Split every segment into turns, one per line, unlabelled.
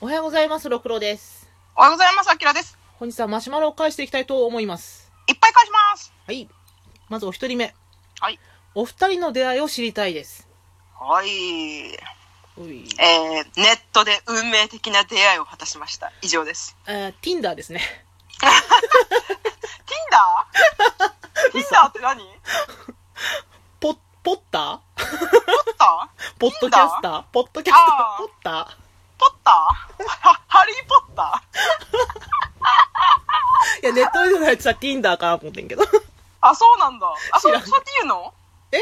おはようございます、ろくろです。
おはようございます。あきらです。
本日はマシュマロを返していきたいと思います。
いっぱい返します。
はい。まずお一人目。
はい。
お二人の出会いを知りたいです。
はい。
おい。
えー、ネットで運命的な出会いを果たしました。以上です。
えー、Tinder ですね。
Tinder?Tinder って何ポ
ポ、ポッター
ッター
ポッドキャスターポッドキャスタ
あ
ー
ー
ポッタ
ポッターはハリーポッタ
ー
ー
いや、ネットでのやつは Tinder かなと思ってんけど。
あ、そうなんだ。あ、そ
知
う、
ら
そ
ん
うやって言うの
え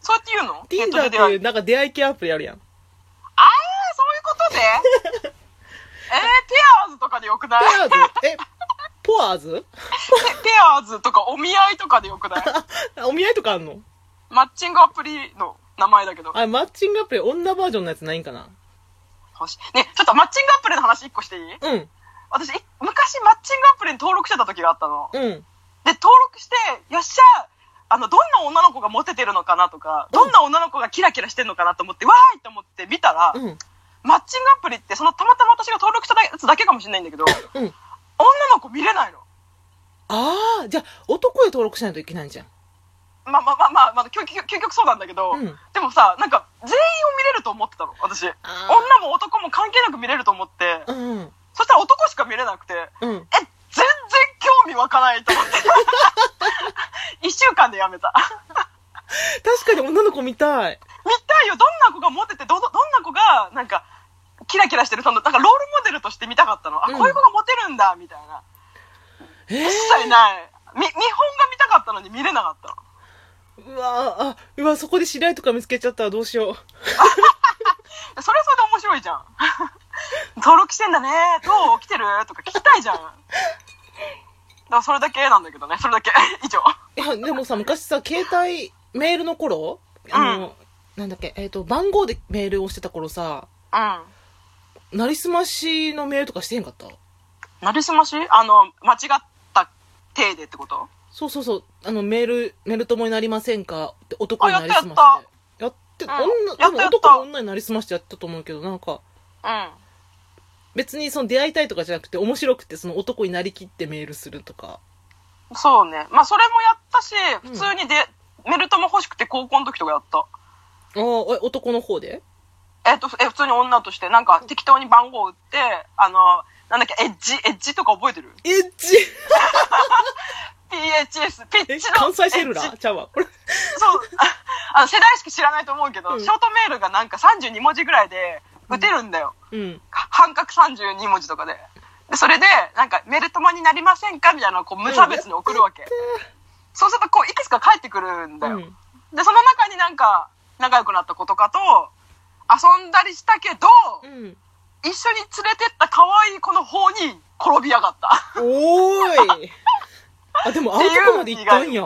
そうやって言うのネット
?Tinder って
で出会
い
い。
うなんか出会い系アプリあるやん。
あー、そういう ことでえー、ペアーズとかでよくない
ペアーズえ、ポアーズ
ペペアーズとかお見合いとかでよくない
あお見合いとかあんの
マッチングアプリの名前だけど。
あ、マッチングアプリ女バージョンのやつないんかな
欲しいね、ちょっとマッチングアプリの話一個していい
うん、
私、い昔マッチングアプリに登録してた時があったの。
うん。
で、登録して、よっしゃあの、どんな女の子がモテてるのかなとか、どんな女の子がキラキラしてるのかなと思って、わーいと思って見たら、
うん、
マッチングアプリって、そのたまたま私が登録したやつだけかもしれないんだけど、女
うん。
の子見れないの。
ああ、じゃあ、男で登録しないといけないんじゃん。
まあまあまあまあ、まあ、究究究極そうなんだけど、
うん
でもさ、なんか、全員を見れると思ってたの、私。
あー
女も男も関係なく見れると思って、
うん、
そしたら男しか見れなくて、
うん。
え、全然興味湧かないと思って。一週間でやめた。
確かに女の子見たい。
見たいよ。どんな子がモテて、ど、どどんな子が、なんか、キラキラしてる、その、なんかロールモデルとして見たかったの。あ、
うん
こういう子がモテるんだ、みたいな。
え
一切ない。み、見本が見たかったのに見れなかったの。
ー、うわーあ、うわそこで知り合いとか見つけちゃったらどうしよ
それはそれで面白いじゃん。 登録してんだね。どう来てるとか聞きたいじゃん。だからそれだけなんだけどね。それだけ。 以上。
う。いや、でもさ、昔さ、携帯、メールの頃、あの、なんだっけ、えっ、と、番号でメールをしてた頃さ、
うん。
なりすましのメールとかしてへんかった
なりすましあの、間違った体でってこと
そうそうそう、あの、メール、メル友になりませんかって男になりすま
あ
して。やって、
た
女、
うん
多分
やった
男も女になりすましてやったと思うけど、なんか、
うん。
別にその出会いたいとかじゃなくて、面白くてその男になりきってメールするとか。
そうね。まあ、それもやったし、
うん
普通にで、メルトも欲しくて高校の時とかやった。
ああ、え男の方で
えっと、え、普通に女として、なんか適当に番号打って、あの、なんだっけ、エッジ、エッジとか覚えてる
エッジ
?PHS、ピッチ
え
の。、
関西セルラ
エッ
ー
ジ
ちゃうわ。これ。
そう。 あの、世代しか知らないと思うけど、
うん
ショートメールがなんか32文字ぐらいで打てるんだよ。
うん。
半角32文字とかで。で、それで、なんか、メルトマになりませんかみたいなのをこう無差別に送るわけ。そうすると、こう、いくつか返ってくるん
う
だよ。
ん。
で、その中になんか、仲良くなった子とかと、遊んだりしたけど、
うん。
一緒に連れてった可愛い子の方に転びやがった。
おーい。あ、でも、あのとこまで行ったんや。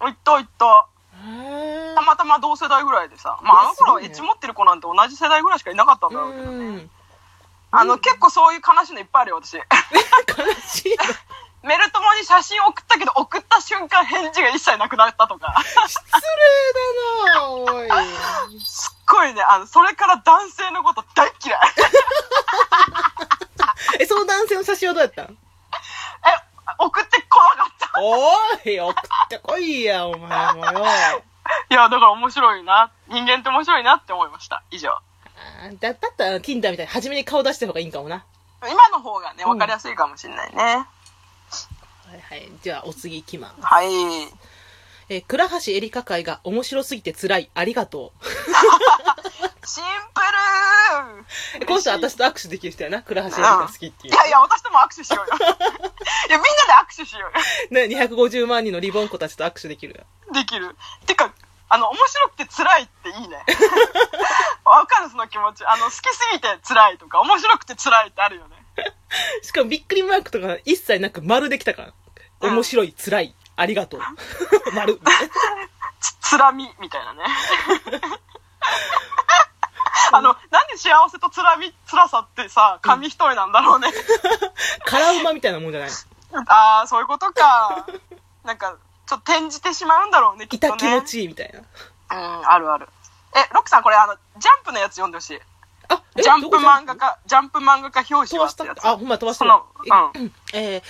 おいっといっと。
へ
たまたま同世代ぐらいでさ。まあ、あの頃は
えすごい
エ
ね
ッジ持ってる子なんて同じ世代ぐらいしかいなかったん
ー
だろうけど
う
ね。
ん。
あの、結構そういう悲しいのいっぱいあるよ、私。
悲しいな。
メルトモに写真送ったけど、送った瞬間返事が一切なくなったとか。
失礼だなおい。
すっごいね、あの、それから男性のこと大っ嫌い。
え、その男性の写真はどうやったん
え、送ってこなかった。
おーい、送ってこいや、お前もよ。
いや、だから面白いな。人間って面白いなって思いました。以上。
あーだだったら、Tinder みたいに初めに顔出した方がいいんかもな。
今の方がね、
うん
わかりやすいかもしれないね。
はいはい。じゃあ、お次行きます。
はい。
えー倉橋エリカ会が面白すぎて辛い。ありがとう。
シンプル
えこの人私
い
と握手できる人やな。倉橋エリカ好きっていう。
やいや、私とも握手 しようよ。いや、みんなで握手しようよ。
ね、250万人のリボン子たちと握手できる。
できる。てか、あの、面白くて辛いっていい ね。わかる、その気持ち。あの、好きすぎて辛いとか、面白くて辛いってあるよね。
しかもびっくりマークとか一切なく丸できたから。
うん
面白い、辛い、ありがとう。丸。
つ、辛み、みたい なね。あの、なんで幸せと辛み、辛さってさ、紙一重なんだろうね。
辛馬みたいなもんじゃ ない。
ああ、そういうことか。なんか、ちょっと転じてしまうんだろ うね、き
い
っとね。
た気持ちいいみたいな。
うん、あるある。え、ロックさん、これ、あの、ジャンプのやつ読んでほしい。
あ、え
ジャンプ漫画
どこ
家、ジャンプ漫画家表
飛
紙は
ば
っ
してた
やつ。
あ、ほんま飛ばしてる
その。
ええー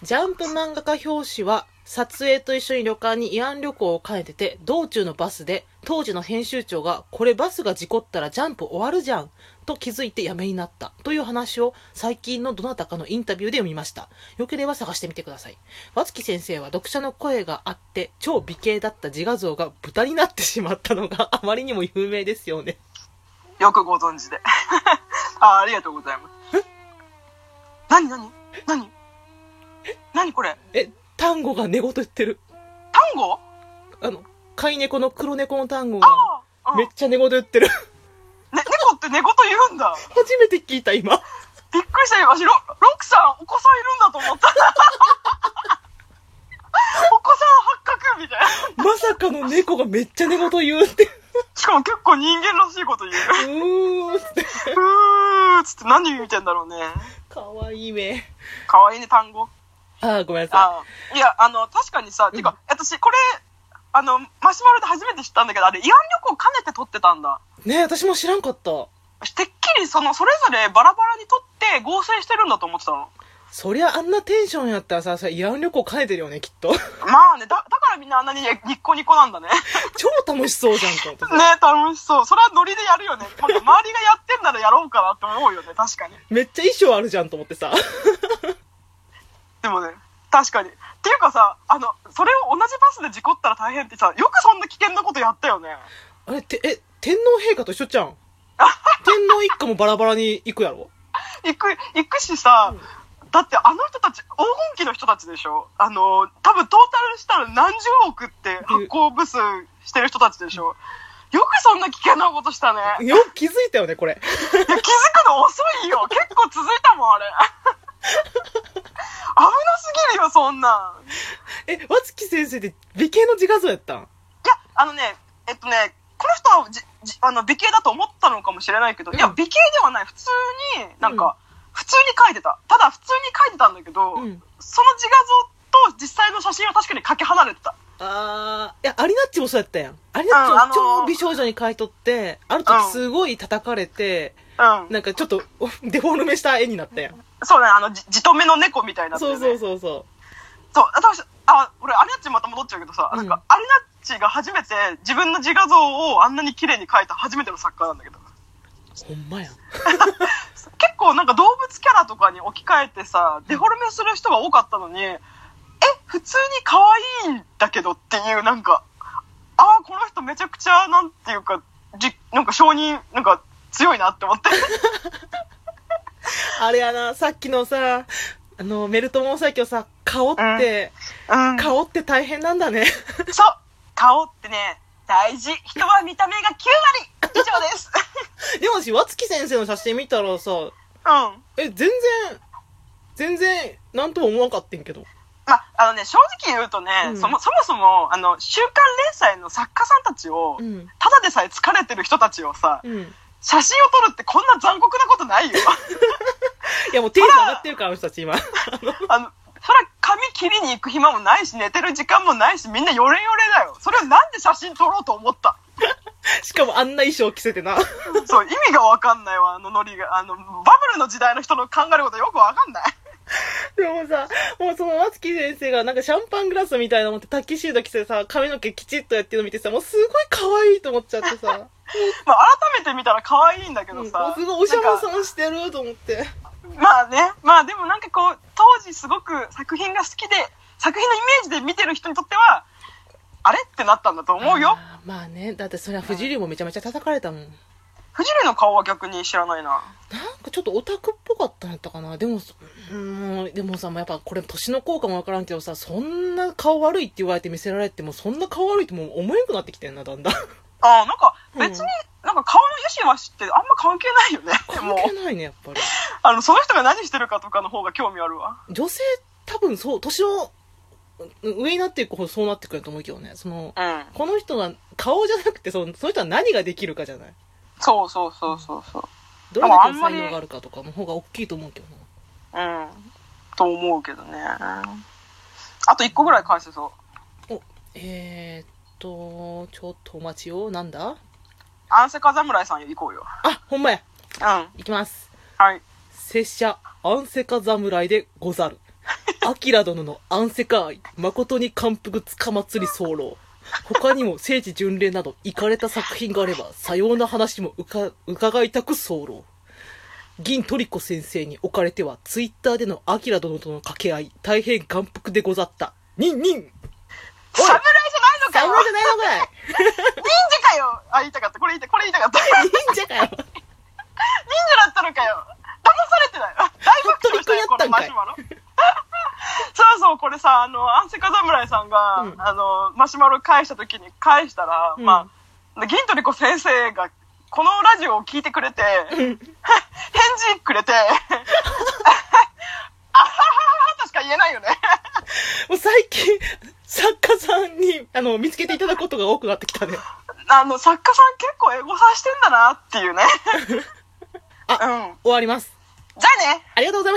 ジャンプ漫画家表紙は、撮影と一緒に旅館に慰安旅行を兼ねてて、道中のバスで、当時の編集長が、これバスが事故ったらジャンプ終わるじゃん、と気づいてやめになった、という話を最近のどなたかのインタビューで読みました。よければ探してみてください。和月先生は読者の声があって、超美形だった自画像が豚になってしまったのがあまりにも有名ですよね。
よくご存知で。 あ、ありがとうございます。なになになになにこれ
え、単語が寝言言ってる。
単語
あの、飼い猫の黒猫の単語が。
ああ、うん
めっ
ね、
ちゃ寝言言ってる。
猫って寝言言うんだ。
初めて聞いた、今。
びっくりしたよ。私、ロロクさん、お子さんいるんだと思った。 お子さん発覚みたい な。
まさかの猫がめっちゃ寝言言うって。
しかも結構人間らしいこと言う。
うーんって。
うーっつって何言ってんだろうね。
かわいい目。
かわいいね、単語。
あー、ごめんなさ
ああいや、あの、確かにさ、てか、私、これ、あの、マシュマロで初めて知ったんだけど、あれ、慰安旅行兼ねて撮ってたんだ。
い。ねえ私も知らんかった。
てっきり、その、それぞれバラバラに撮って合成してるんだと思ってたの。
そりゃあんなテンションやったらさ、さ、慰安旅行変えてるよね、きっと。
まあね、だ、だからみんなあんなにニッコニコなんだね。ね
超楽しそうじゃん と思ってさ。
楽しそう。それはノリでやるよね。なんか周りがやってんならやろうかなって思うよね、確かに。
めっちゃ衣装あるじゃんと思ってさ。
でもね、確かに。っていうかさ、あの、それを同じバスで事故ったら大変ってさ、よくそんな危険なことやったよね。
あれ、て、え、天皇陛下と一緒じゃん。天皇一家もバラバラに行くやろ
行く、行くしさ、だってあの人たち、黄金期の人たちでしょあの、多分トータルしたら何十億って発行部数してる人たちでしょよくそんな危険なことしたね。い
よく気づいたよね、これ。
や気づくの遅いよ。結構続いたもん、あれ。危なすぎるよ、そんなん。
え、和月先生って美形の自画像やったん
いや、あのね、えっとね、この人はじじあの美形だと思ったのかもしれないけど、いや、
うん
美形ではない。普通に、なんか、普通に描いてた。ただ、普通に描いてたんだけど、
うん
その自画像と実際の写真は確かにかけ離れてた。
あーいや、アリナッチもそうやったやん。アリナッチ
うん
も
あのー
超美少女に買い取って、ある時すごい叩かれて、
うん。
なんかちょっと おデフォルメした絵になったやん。
そうね、あの、じ、じとめの猫みたいになってる
そ
ね、
うそうそうそ
そう。私、あ、俺、アリナッチまた戻っちゃうけどさ、
うん
なんか、アリナッチが初めて自分の自画像をあんなに綺麗に描いた初めての作家なんだけど。
う。ほんまやん。
結構なんか動物キャラとかに置き換えてさ、デフォルメする人が多かったのに、え、普通に可愛いんだけどっていう、なんか、ああ、この人めちゃくちゃ、なんていうか、じ、なんか承認、なんか強いなって 思って。
あれやな、さっきのさ、あの、メルトモンサイキョさ、顔って、
うん
顔って大変なんだね。
そう顔ってね、大事人は見た目が9割以 上です
でもし、和月先生の写真見たらさ、
うん。
え、全然、全然、なんとも思わんかってんけど。
まあ、あのね、正直言うとね、
うん
そもそもそも、あの、週刊連載の作家さんたちを、
うん。
ただでさえ疲れてる人たちをさ、
うん。い
写真を撮るってこんな残酷なことないよ。
や、もうテンション上がってるから、あの人たち今。
あの、それは髪切りに行く暇もないし、寝てる時間もないし、みんなヨレヨレだよ。それをなんで写真撮ろうと思った
しかもあんな衣装着せてな。
そう、意味がわかんないわ、あのノリが。あの、バブルの時代の人の考えることよくわかんない。
でもさ、もうその松木先生がなんかシャンパングラスみたいなの持ってタキシード着てさ、髪の毛きちっとやってるの見てさ、もうすごい可愛いと思っちゃってさ、
まあ、改めて見たら可愛いんだけ
う
ど
ん
さ。
すごいおしゃ
な
れ
んか
さんしてると思って。
まあね、まあでもなんかこう、当時すごく作品が好きで、作品のイメージで見てる人にとっては、あれってなったんだと思うよ。
あー。まあね、だってそりゃ藤竜もめちゃめちゃ叩かれたもん。なん
藤流の顔は逆に知らないな。
かちょっとオタクっぽかったんやったかな。でも、うん、でもさ、やっぱこれ年の効果もわからんけどさ、そんな顔悪いって言われて見せられても、そんな顔悪いってもう思えんくなってきてんな、だんだん。
ああ、なんか
うん
別に、なんか顔の良し悪しってあんま関係ないよ ね。
関
もう
係、ないね、やっぱり。
あの、その人が何してるかとかの方が興味あるわ。
女性多分そう年のう上になっていくほどそうなってくると思うけどねその
うん。
この人が顔じゃなくてそのその人は何ができるかじゃない
そうそうそうそうそう。
どれ
でも
だ
あ
け
ん
の
ま
才
り
能があるかとかの方が大きいと思うけどな
うん。と思うけどね。あと一個ぐらい返せそう。
えー、っとちょっとお待ちをなんだ
アンセカ侍さんよ、行こうよ。
あほんまや
うん。
いきます。
はい。
拙者、アンセカ侍でござる。アキラ殿のアンセカ愛、誠に感服つかまつり候。他にも聖地巡礼など、行かれた作品があれば、さような話もうか伺いたく候。銀トリコ先生におかれては、ツイッターでのアキラ殿との掛け合い、大変感服でござった。ニンニン
侍じゃないのか
侍
よ
じゃないのかい
忍者かよあ、言いたかった。これ言いたこれ言いたかった。忍
忍
者
者かよ
だったのかよ騙されてないわ大爆笑したよ、
本
こ
当
の
にこ
マ
れ
シ
や
ュマロ。 そうそう、これさ、あの、アンセカ侍さんが、
うん
あの、マシュマロ返した時に返したら、
うん
まあ、銀トリコ先生が、このラジオを聞いてくれて、
うん
返事くれて、あは はははとしか言えないよね。
もう最近、作家さんに、あの、見つけていただくことが多くなってきたね。
あの、作家さん結構エゴ サしてんだなっていうね。
あ
うん。
終わります。
じゃあね
ありがとうございました。